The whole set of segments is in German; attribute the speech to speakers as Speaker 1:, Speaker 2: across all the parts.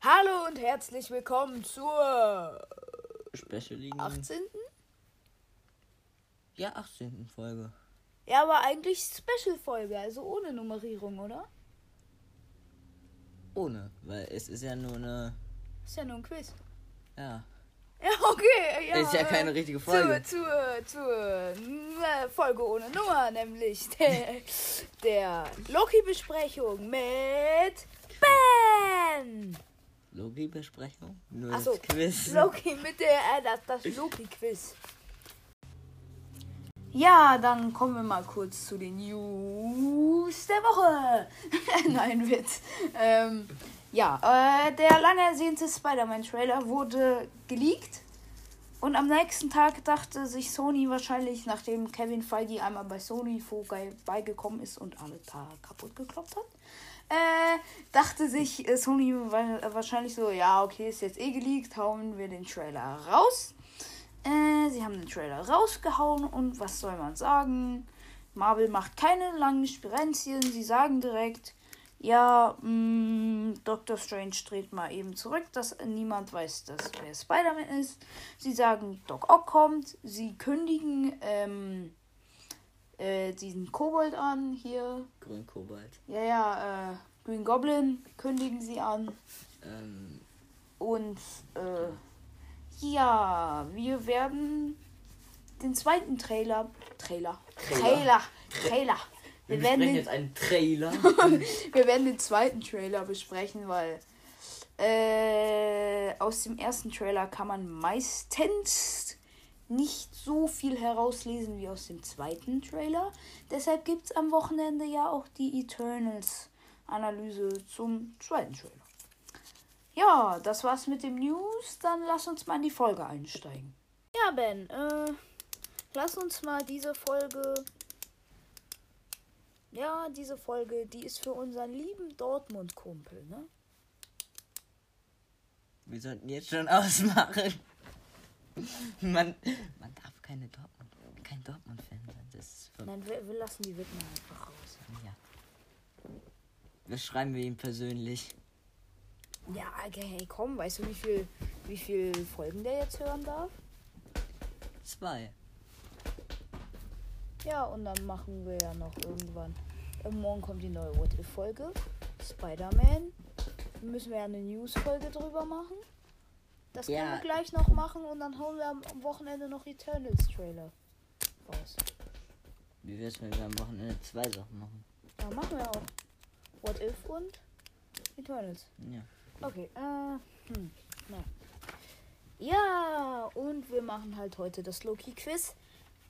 Speaker 1: Hallo und herzlich willkommen zur
Speaker 2: Specialing.
Speaker 1: 18.
Speaker 2: Ja, 18. Folge.
Speaker 1: Ja, aber eigentlich Special-Folge, also ohne Nummerierung, oder?
Speaker 2: Ohne, weil es ist ja nur eine.
Speaker 1: Ist ja nur ein Quiz.
Speaker 2: Ja.
Speaker 1: Ja, okay. Ja,
Speaker 2: Ist ja
Speaker 1: äh,
Speaker 2: keine richtige Folge.
Speaker 1: Zur, zur, zur äh, Folge ohne Nummer, nämlich der, der Loki-Besprechung mit Ben.
Speaker 2: Logi-Besprechung? Nur
Speaker 1: Ach so,
Speaker 2: das Quiz.
Speaker 1: Loki mit der, äh, das, das Loki-Quiz. Ja, dann kommen wir mal kurz zu den News der Woche. Nein, Witz. Ähm, ja, äh, der lange ersehnte Spider-Man-Trailer wurde geleakt. Und am nächsten Tag dachte sich Sony wahrscheinlich, nachdem Kevin Feige einmal bei Sony vorbeigekommen ist und alle Tage kaputt geklopft hat, äh, dachte sich äh, Sony wa- wahrscheinlich so, ja, okay, ist jetzt eh geleakt, hauen wir den Trailer raus. Äh, sie haben den Trailer rausgehauen und was soll man sagen? Marvel macht keine langen Spirenzien, sie sagen direkt, ja, mh, Dr. Strange dreht mal eben zurück, dass niemand weiß, dass wer Spider-Man ist. Sie sagen, Doc Ock kommt, sie kündigen ähm, äh, diesen Kobold an hier.
Speaker 2: Grün Kobalt.
Speaker 1: Ja, ja, äh, Green Goblin kündigen sie an.
Speaker 2: Ähm,
Speaker 1: Und äh, ja, wir werden den zweiten Trailer. Trailer. Trailer.
Speaker 2: Trailer.
Speaker 1: Trailer.
Speaker 2: wir
Speaker 1: Wir werden,
Speaker 2: besprechen
Speaker 1: den,
Speaker 2: jetzt einen Trailer.
Speaker 1: wir werden den zweiten Trailer besprechen, weil äh, aus dem ersten Trailer kann man meistens nicht so viel herauslesen wie aus dem zweiten Trailer. Deshalb gibt es am Wochenende ja auch die Eternals-Analyse zum zweiten Trailer. Ja, das war's mit dem News. Dann lass uns mal in die Folge einsteigen. Ja, Ben, äh, lass uns mal diese Folge. Ja, diese Folge, die ist für unseren lieben Dortmund-Kumpel, ne?
Speaker 2: wir sollten jetzt schon ausmachen. Man, man darf keine Dortmund, kein Dortmund-Fan sein. Das ist ver-
Speaker 1: Nein, wir, wir lassen die Widmung einfach raus.
Speaker 2: ja. Das schreiben wir ihm persönlich.
Speaker 1: Ja, okay, hey, komm, weißt du, wie viel, wie viel Folgen der jetzt hören darf?
Speaker 2: Zwei.
Speaker 1: Ja, und dann machen wir ja noch irgendwann. äh, Morgen kommt die neue What If-Folge. Spider-Man. Müssen wir ja eine News-Folge drüber machen. Das
Speaker 2: Ja.
Speaker 1: können wir gleich noch machen und dann hauen wir am am Wochenende noch Eternals-Trailer raus.
Speaker 2: Wie wär's, wenn wir am Wochenende zwei Sachen machen?
Speaker 1: Ja, machen wir auch. What If und Eternals.
Speaker 2: Ja.
Speaker 1: Okay, äh, hm, na. Ja, und wir machen halt heute das Loki-Quiz.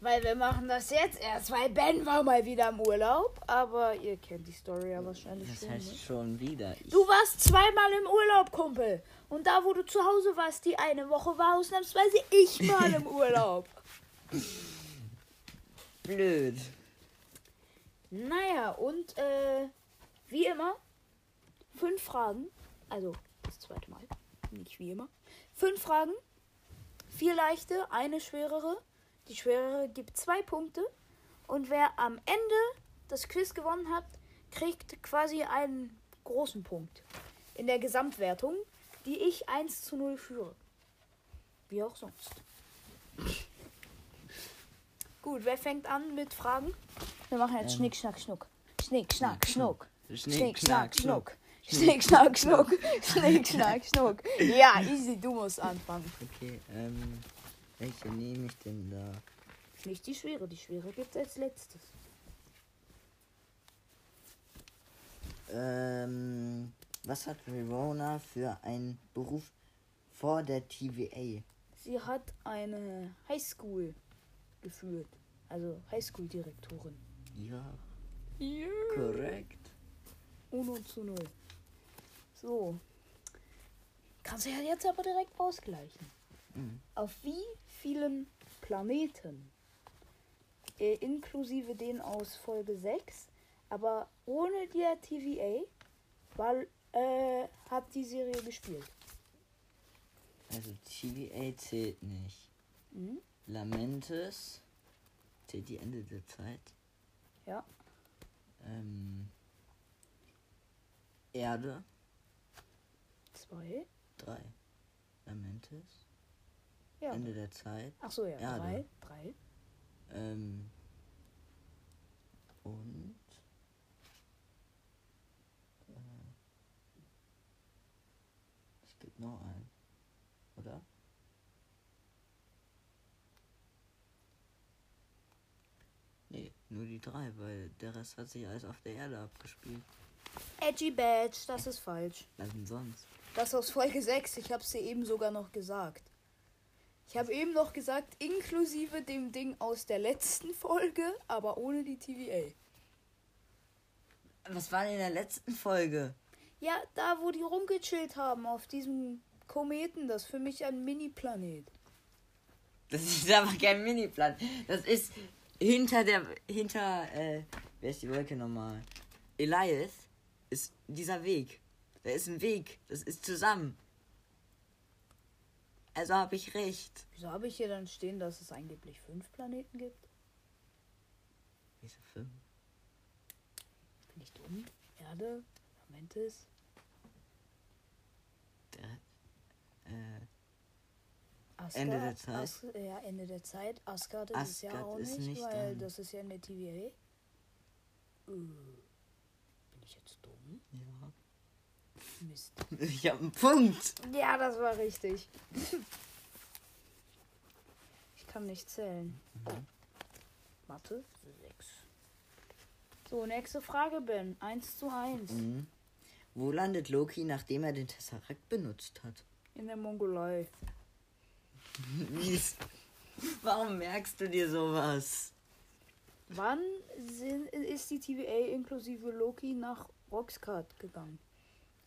Speaker 1: Weil wir machen das jetzt erst, weil Ben war mal wieder im Urlaub. Aber ihr kennt die Story ja wahrscheinlich
Speaker 2: Das
Speaker 1: schon.
Speaker 2: heißt
Speaker 1: ne?
Speaker 2: schon wieder. Ich,
Speaker 1: Du warst zweimal im Urlaub, Kumpel. Und da, wo du zu Hause warst, die eine Woche, war ausnahmsweise ich mal im Urlaub.
Speaker 2: blöd.
Speaker 1: Naja, und äh, wie immer, fünf Fragen. Also das zweite Mal. Nicht wie immer. Fünf Fragen. Vier leichte, eine schwerere. Die schwerere gibt zwei Punkte. Und wer am Ende das Quiz gewonnen hat, kriegt quasi einen großen Punkt. In der Gesamtwertung, die ich 1 zu 0 führe. Wie auch sonst. Gut, wer fängt an mit Fragen? Wir machen jetzt
Speaker 2: Ähm.
Speaker 1: Schnick, Schnack, Schnuck. Schnick, Schnack, Schnuck.
Speaker 2: Schnick, schnack, schnuck.
Speaker 1: Schnick, schnack, schnuck. Schnick, schnack, schnuck. Ja, easy, du musst anfangen.
Speaker 2: Okay, ähm, welche nehme ich denn da?
Speaker 1: Nicht die Schwere, die Schwere gibt's als letztes.
Speaker 2: Ähm, was hat Verona für einen Beruf vor der TVA?
Speaker 1: Sie hat eine Highschool geführt. Also Highschool-Direktorin.
Speaker 2: Ja, korrekt.
Speaker 1: Uno zu null. So. Kannst du ja jetzt aber direkt ausgleichen.
Speaker 2: Mhm.
Speaker 1: Auf wie vielen Planeten, äh, inklusive den aus Folge 6, aber ohne der TVA, war, äh, hat die Serie gespielt?
Speaker 2: Also TVA zählt nicht.
Speaker 1: Mhm.
Speaker 2: Lamentes steht die Ende der Zeit.
Speaker 1: Ja.
Speaker 2: Ähm, Erde
Speaker 1: Zwei.
Speaker 2: 3. Lamentis.
Speaker 1: Ja.
Speaker 2: Ende der Zeit.
Speaker 1: Ach so, ja.
Speaker 2: Erde.
Speaker 1: Drei. Drei.
Speaker 2: Ähm, und äh, es gibt noch einen, oder? Nee, nur die drei, weil der Rest hat sich alles auf der Erde abgespielt.
Speaker 1: Edgy Badge, das ist falsch.
Speaker 2: Also sonst.
Speaker 1: Das ist aus Folge 6. Ich hab's dir eben sogar noch gesagt. Ich habe eben noch gesagt, inklusive dem Ding aus der letzten Folge, aber ohne die TVA.
Speaker 2: Was war denn in der letzten Folge?
Speaker 1: Ja, da wo die rumgechillt haben auf diesem Kometen, das ist für mich ein Mini-Planet.
Speaker 2: Das ist aber kein Miniplan. Das ist hinter der. Hinter. Äh, wer ist die Wolke nochmal? Elias ist dieser Weg. Da ist ein Weg. Das ist zusammen. Also habe ich recht.
Speaker 1: Wieso habe ich hier dann stehen, dass es angeblich fünf Planeten gibt?
Speaker 2: Wieso fünf?
Speaker 1: Bin ich dumm? um, Erde, Lamentis,
Speaker 2: Äh,
Speaker 1: Asgard.
Speaker 2: Ende der Zeit.
Speaker 1: As ja, Ende der Zeit. Asgard ist es ja
Speaker 2: Asgard
Speaker 1: auch
Speaker 2: ist
Speaker 1: nicht,
Speaker 2: nicht
Speaker 1: weil
Speaker 2: dran.
Speaker 1: das ist ja in der TVA. Äh, Uh, bin ich jetzt dumm?
Speaker 2: ja.
Speaker 1: Mist.
Speaker 2: Ich habe einen Punkt.
Speaker 1: Ja, das war richtig. Ich kann nicht zählen. Mathe? 6. So, nächste Frage, Ben. 1 zu 1.
Speaker 2: Mhm. Wo landet Loki, nachdem er den Tesseract benutzt hat?
Speaker 1: In der Mongolei.
Speaker 2: Mies. Warum merkst du dir sowas?
Speaker 1: Wann sind, ist die TVA inklusive Loki nach Roxcart gegangen?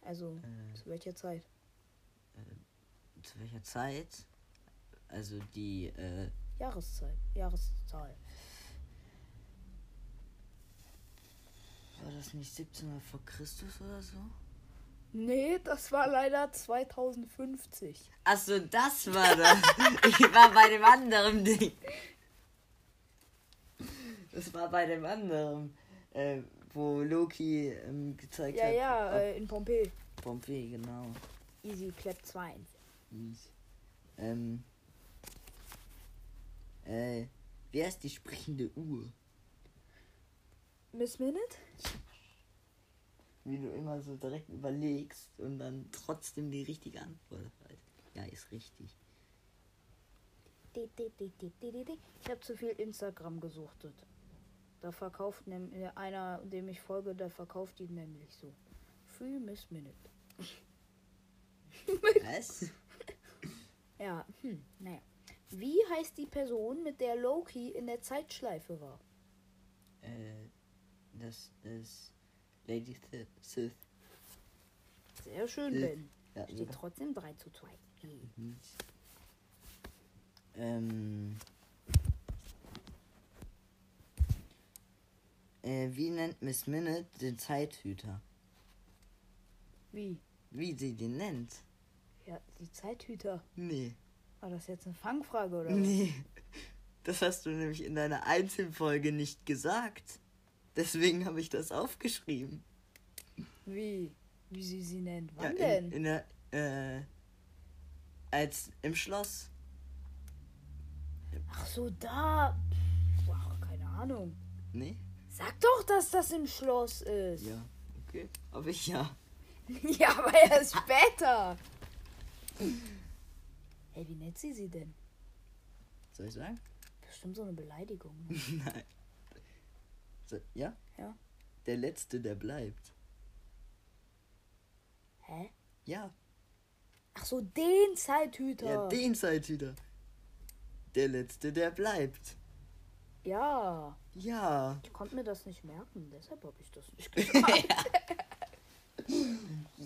Speaker 1: Also, zu welcher Zeit?
Speaker 2: Zu welcher Zeit? Also die. Äh,
Speaker 1: Jahreszeit. Jahreszahl.
Speaker 2: War das nicht 1700 vor Christus oder so?
Speaker 1: Nee, das war leider 2050.
Speaker 2: Achso, das war das. ich war bei dem anderen Ding. Das war bei dem anderen, äh, wo Loki ähm, gezeigt
Speaker 1: Ja,
Speaker 2: hat.
Speaker 1: ja, äh, in Pompeji.
Speaker 2: ob Pompeii, genau.
Speaker 1: Easy, Clap 2.
Speaker 2: Mies. Ähm, äh, wer ist die sprechende Uhr?
Speaker 1: Miss Minute?
Speaker 2: Wie du immer so direkt überlegst und dann trotzdem die richtige Antwort hast. Ja, ist richtig.
Speaker 1: Di, di, di, di, di, di, di. Ich habe zu viel Instagram gesuchtet. Da verkauft nem, äh, einer, dem ich folge, der verkauft die nämlich so. Free Miss Minute.
Speaker 2: Was?
Speaker 1: Ja, hm, naja. Wie heißt die Person, mit der Loki in der Zeitschleife war?
Speaker 2: Äh, das ist Lady Thi- Sith.
Speaker 1: Sehr schön,
Speaker 2: Äh,
Speaker 1: Ben.
Speaker 2: Ja, Mhm.
Speaker 1: Steht trotzdem 3 zu 2. Hm.
Speaker 2: ähm. Äh, wie nennt Miss Minute den Zeithüter?
Speaker 1: Wie?
Speaker 2: Wie sie den nennt?
Speaker 1: Ja, die Zeithüter.
Speaker 2: Nee.
Speaker 1: War das jetzt eine Fangfrage oder? was?
Speaker 2: Nee. Das hast du nämlich in deiner Einzelfolge nicht gesagt. Deswegen habe ich das aufgeschrieben.
Speaker 1: Wie? Wie sie sie nennt.
Speaker 2: Ja,
Speaker 1: Wann
Speaker 2: in,
Speaker 1: denn?
Speaker 2: In der, äh, als im Schloss.
Speaker 1: Ach so, da. Wow, keine Ahnung.
Speaker 2: Nee?
Speaker 1: Sag doch, dass das im Schloss ist.
Speaker 2: Ja. Okay. Aber ich ja.
Speaker 1: Ja, aber erst später. Hey, wie nennt sie sie denn?
Speaker 2: Soll ich sagen?
Speaker 1: Bestimmt so eine Beleidigung. ne?
Speaker 2: Nein. So, ja?
Speaker 1: Ja.
Speaker 2: Der Letzte, der bleibt.
Speaker 1: Hä?
Speaker 2: Ja.
Speaker 1: Ach so, den Zeithüter.
Speaker 2: Ja, den seid wieder. Der Letzte, der bleibt.
Speaker 1: Ja.
Speaker 2: Ja.
Speaker 1: Ich konnte mir das nicht merken, deshalb habe ich das nicht gesagt.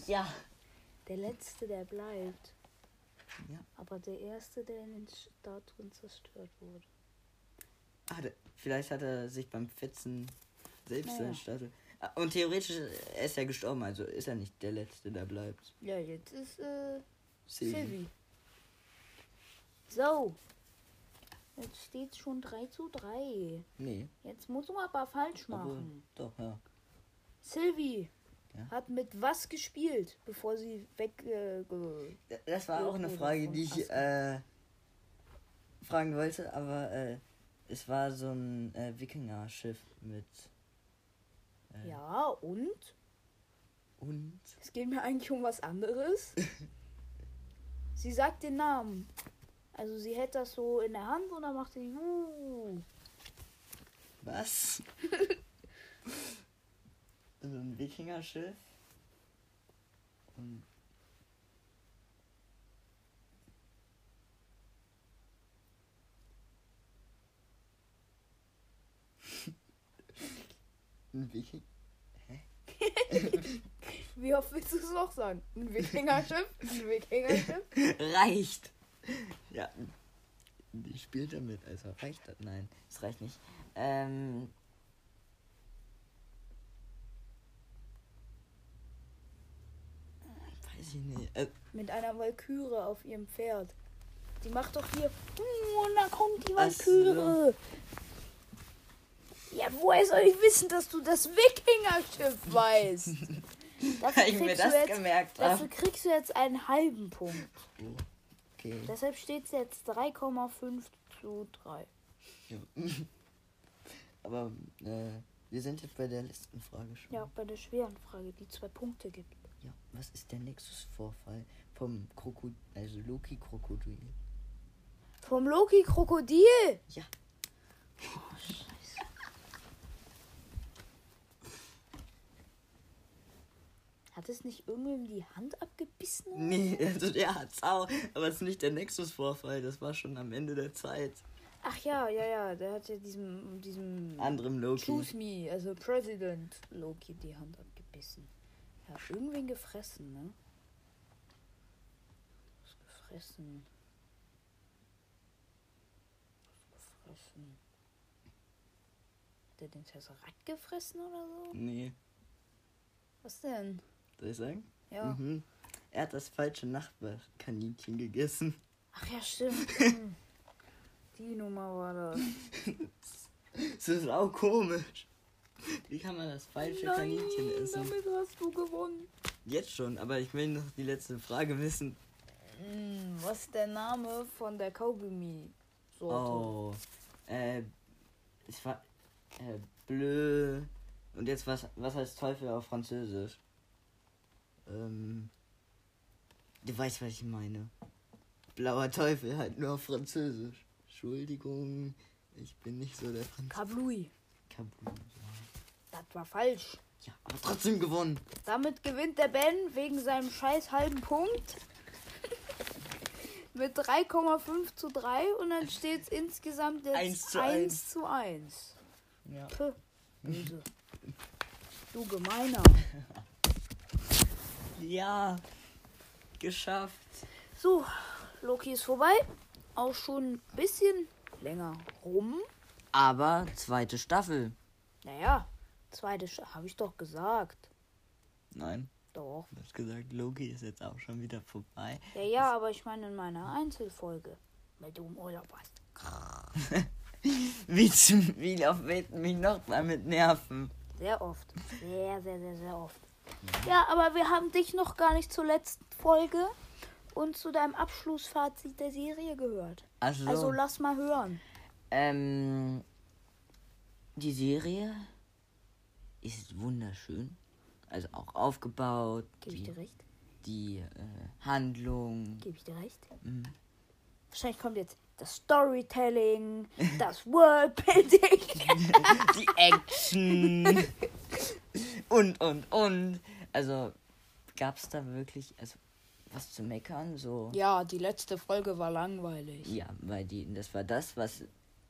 Speaker 2: Ja.
Speaker 1: der Letzte, der bleibt.
Speaker 2: Ja.
Speaker 1: Aber der Erste, der in den Statuen zerstört wurde.
Speaker 2: Ah, der, vielleicht hat er sich beim Fetzen selbst
Speaker 1: Naja.
Speaker 2: seine Statue. Ah, Und theoretisch, er ist ja gestorben, also ist er nicht der Letzte, der bleibt.
Speaker 1: Ja, jetzt ist äh,
Speaker 2: Sylvie.
Speaker 1: Sylvie. So. Jetzt steht schon 3 zu 3.
Speaker 2: Nee.
Speaker 1: Jetzt muss man aber falsch
Speaker 2: Obwohl,
Speaker 1: machen.
Speaker 2: doch, ja.
Speaker 1: Sylvie
Speaker 2: Ja?
Speaker 1: hat mit was gespielt, bevor sie weg. Äh, ge-
Speaker 2: D- Das war auch eine
Speaker 1: Irgendwo
Speaker 2: Frage,
Speaker 1: davon.
Speaker 2: die ich äh, fragen wollte, aber äh, es war so ein äh, Wikinger-Schiff mit Äh.
Speaker 1: ja, und?
Speaker 2: und.
Speaker 1: Es geht mir eigentlich um was anderes. sie sagt den Namen. Also sie hält das so in der Hand und dann macht sie. Uh.
Speaker 2: Was? so ein Wikinger-Schiff. Und. ein Wiking.
Speaker 1: Wie oft willst du es noch sagen? Ein Wikingerschiff? Ein Wikingerschiff?
Speaker 2: Reicht! Ja. Die spielt damit, also reicht das? Nein, es reicht nicht. Ähm. Weiß ich nicht. Äh,
Speaker 1: Mit einer Walküre auf ihrem Pferd. Die macht doch hier. "Uh, Und da kommt die
Speaker 2: Ach so.
Speaker 1: Walküre. Ja, woher soll ich wissen, dass du das Wikingerschiff weißt? Dafür
Speaker 2: weil ich mir
Speaker 1: kriegst du
Speaker 2: das
Speaker 1: jetzt,
Speaker 2: gemerkt Ah,
Speaker 1: dafür
Speaker 2: habe.
Speaker 1: kriegst du jetzt einen halben Punkt.
Speaker 2: Okay.
Speaker 1: Deshalb steht es jetzt 3,5 zu 3.
Speaker 2: Aber äh, wir sind jetzt bei der letzten Frage schon.
Speaker 1: Ja, bei der schweren Frage, die zwei Punkte gibt.
Speaker 2: Ja, Was ist der Nexus-Vorfall vom Krokodil, also Loki-Krokodil?
Speaker 1: Vom Oh, Loki-Krokodil!
Speaker 2: Ja.
Speaker 1: Hat es nicht irgendwem die Hand abgebissen?
Speaker 2: Nee, also der hat's auch. Aber es ist nicht der Nexus-Vorfall, das war schon am Ende der Zeit.
Speaker 1: Ach ja, ja, ja, der hat ja diesem, diesem
Speaker 2: Anderem Loki.
Speaker 1: Choose Me, also President Loki, die Hand abgebissen. Ja, irgendwen gefressen, ne? Was gefressen? Was gefressen? Hat der den Tesseract gefressen oder so?
Speaker 2: Nee,
Speaker 1: Was denn?
Speaker 2: soll ich sagen?
Speaker 1: Ja.
Speaker 2: Mhm. Er hat das falsche Nachbarkaninchen gegessen.
Speaker 1: Ach ja, stimmt. Hm. die Nummer war das.
Speaker 2: Das ist auch komisch. Wie kann man das falsche Kaninchen essen?
Speaker 1: damit hast du gewonnen.
Speaker 2: Jetzt schon, aber ich will noch die letzte Frage wissen.
Speaker 1: Hm, was ist der Name von der Kaugummi-Sorte?
Speaker 2: Oh. Äh, es war. Äh, bleu. Und jetzt, was, was heißt Teufel auf Französisch? Ähm. Du weißt, was ich meine. Blauer Teufel halt nur auf Französisch. Entschuldigung, ich bin nicht so der Franzose.
Speaker 1: Kablui. Das war falsch.
Speaker 2: Ja, aber trotzdem gewonnen.
Speaker 1: Damit gewinnt der Ben wegen seinem scheiß halben Punkt mit 3,5 zu 3 und dann steht es insgesamt jetzt 1
Speaker 2: Eins
Speaker 1: zu
Speaker 2: zu
Speaker 1: 1.
Speaker 2: eins.
Speaker 1: Zu 1.
Speaker 2: Ja.
Speaker 1: Puh, böse. Du gemeiner.
Speaker 2: Ja. Geschafft.
Speaker 1: So, Loki ist vorbei. Auch schon ein bisschen länger rum.
Speaker 2: Aber zweite Staffel.
Speaker 1: Naja, zweite habe ich doch gesagt.
Speaker 2: Nein.
Speaker 1: Doch.
Speaker 2: Du hast gesagt, Loki ist jetzt auch schon wieder vorbei.
Speaker 1: Ja, ja, aber ich meine in meiner Einzelfolge. Mit dem Urlaub was.
Speaker 2: Wie zum wie auf mich noch damit nerven.
Speaker 1: Sehr oft. Sehr, sehr, sehr, sehr oft. Ja, aber wir haben dich noch gar nicht zur letzten Folge und zu deinem Abschlussfazit der Serie gehört.
Speaker 2: Also,
Speaker 1: Also lass mal hören.
Speaker 2: ähm, die Serie ist wunderschön. Also auch aufgebaut.
Speaker 1: Gebe ich
Speaker 2: Die,
Speaker 1: dir recht?
Speaker 2: die äh, Handlung.
Speaker 1: Gebe ich dir recht?
Speaker 2: Mhm.
Speaker 1: Wahrscheinlich kommt jetzt das Storytelling, das Worldbuilding.
Speaker 2: die Action und und und. Also gab's da wirklich also, was zu meckern? So
Speaker 1: Ja, die letzte Folge war langweilig.
Speaker 2: ja, weil die das war das, was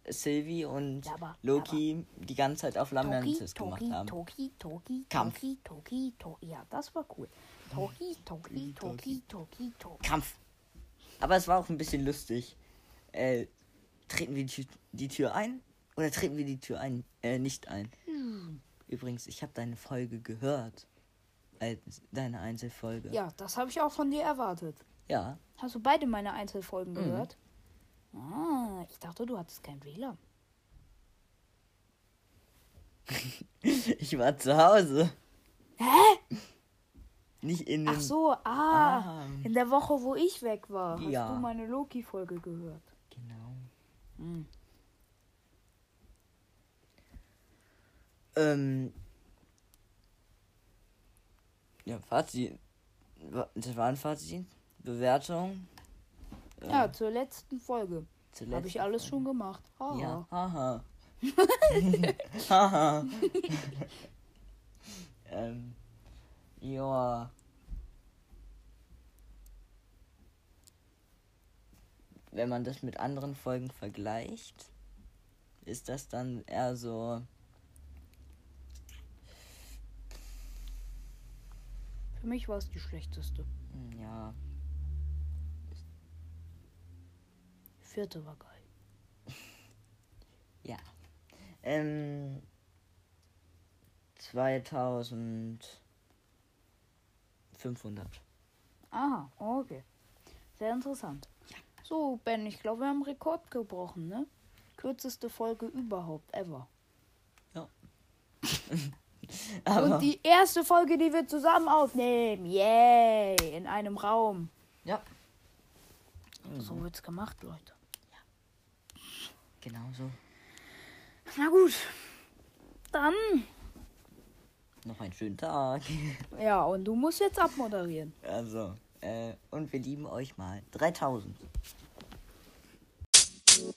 Speaker 2: Sylvie und
Speaker 1: Ja, aber-
Speaker 2: Loki die ganze Zeit auf
Speaker 1: Toki,
Speaker 2: Lamentes gemacht
Speaker 1: Toki,
Speaker 2: haben.
Speaker 1: Toki, Toki,
Speaker 2: Kampf.
Speaker 1: Toki, Toki, Toki. Ja, das war cool. Toki, Toki, Toki, Toki, Toki.
Speaker 2: Kampf. Aber es war auch ein bisschen lustig. Äh, treten wir die, Tür- die Tür ein oder treten wir die Tür ein äh, nicht ein?
Speaker 1: Hm.
Speaker 2: Übrigens, ich habe deine Folge gehört. Als deine Einzelfolge.
Speaker 1: Ja, das habe ich auch von dir erwartet.
Speaker 2: ja.
Speaker 1: Hast du beide meine Einzelfolgen gehört? Ah, ich dachte, du hattest kein WLAN.
Speaker 2: Ich war zu Hause.
Speaker 1: Hä?
Speaker 2: Nicht in dem.
Speaker 1: Ach so, ah.
Speaker 2: Ah,
Speaker 1: In der Woche, wo ich weg war,
Speaker 2: Ja.
Speaker 1: hast du meine Loki-Folge gehört.
Speaker 2: Genau.
Speaker 1: Hm.
Speaker 2: Ähm. Ja, Fazit. Wa- Das war ein Fazit. Bewertung.
Speaker 1: Ja, zur letzten Folge.
Speaker 2: Zuletzt.
Speaker 1: Habe ich alles schon gemacht. Ah.
Speaker 2: Ja. Haha. Haha. ähm. Ja. Wenn man das mit anderen Folgen vergleicht, ist das dann eher so.
Speaker 1: Für mich war es die schlechteste.
Speaker 2: hm, Ja.
Speaker 1: Vierte war geil.
Speaker 2: Ja. Ähm, 2500.
Speaker 1: Aha, okay. Sehr interessant. So, Ben, ich glaube, wir haben einen Rekord gebrochen, ne? Kürzeste Folge überhaupt, ever.
Speaker 2: Aber,
Speaker 1: Und die erste Folge, die wir zusammen aufnehmen. Yay! In einem Raum.
Speaker 2: ja.
Speaker 1: So wird's gemacht, Leute.
Speaker 2: Genau so.
Speaker 1: Na gut. Dann.
Speaker 2: Noch einen schönen Tag.
Speaker 1: Ja, und du musst jetzt abmoderieren.
Speaker 2: Also, äh, und wir lieben euch mal. 3000.
Speaker 3: You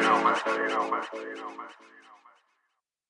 Speaker 3: know, man. You know, man. You know, man.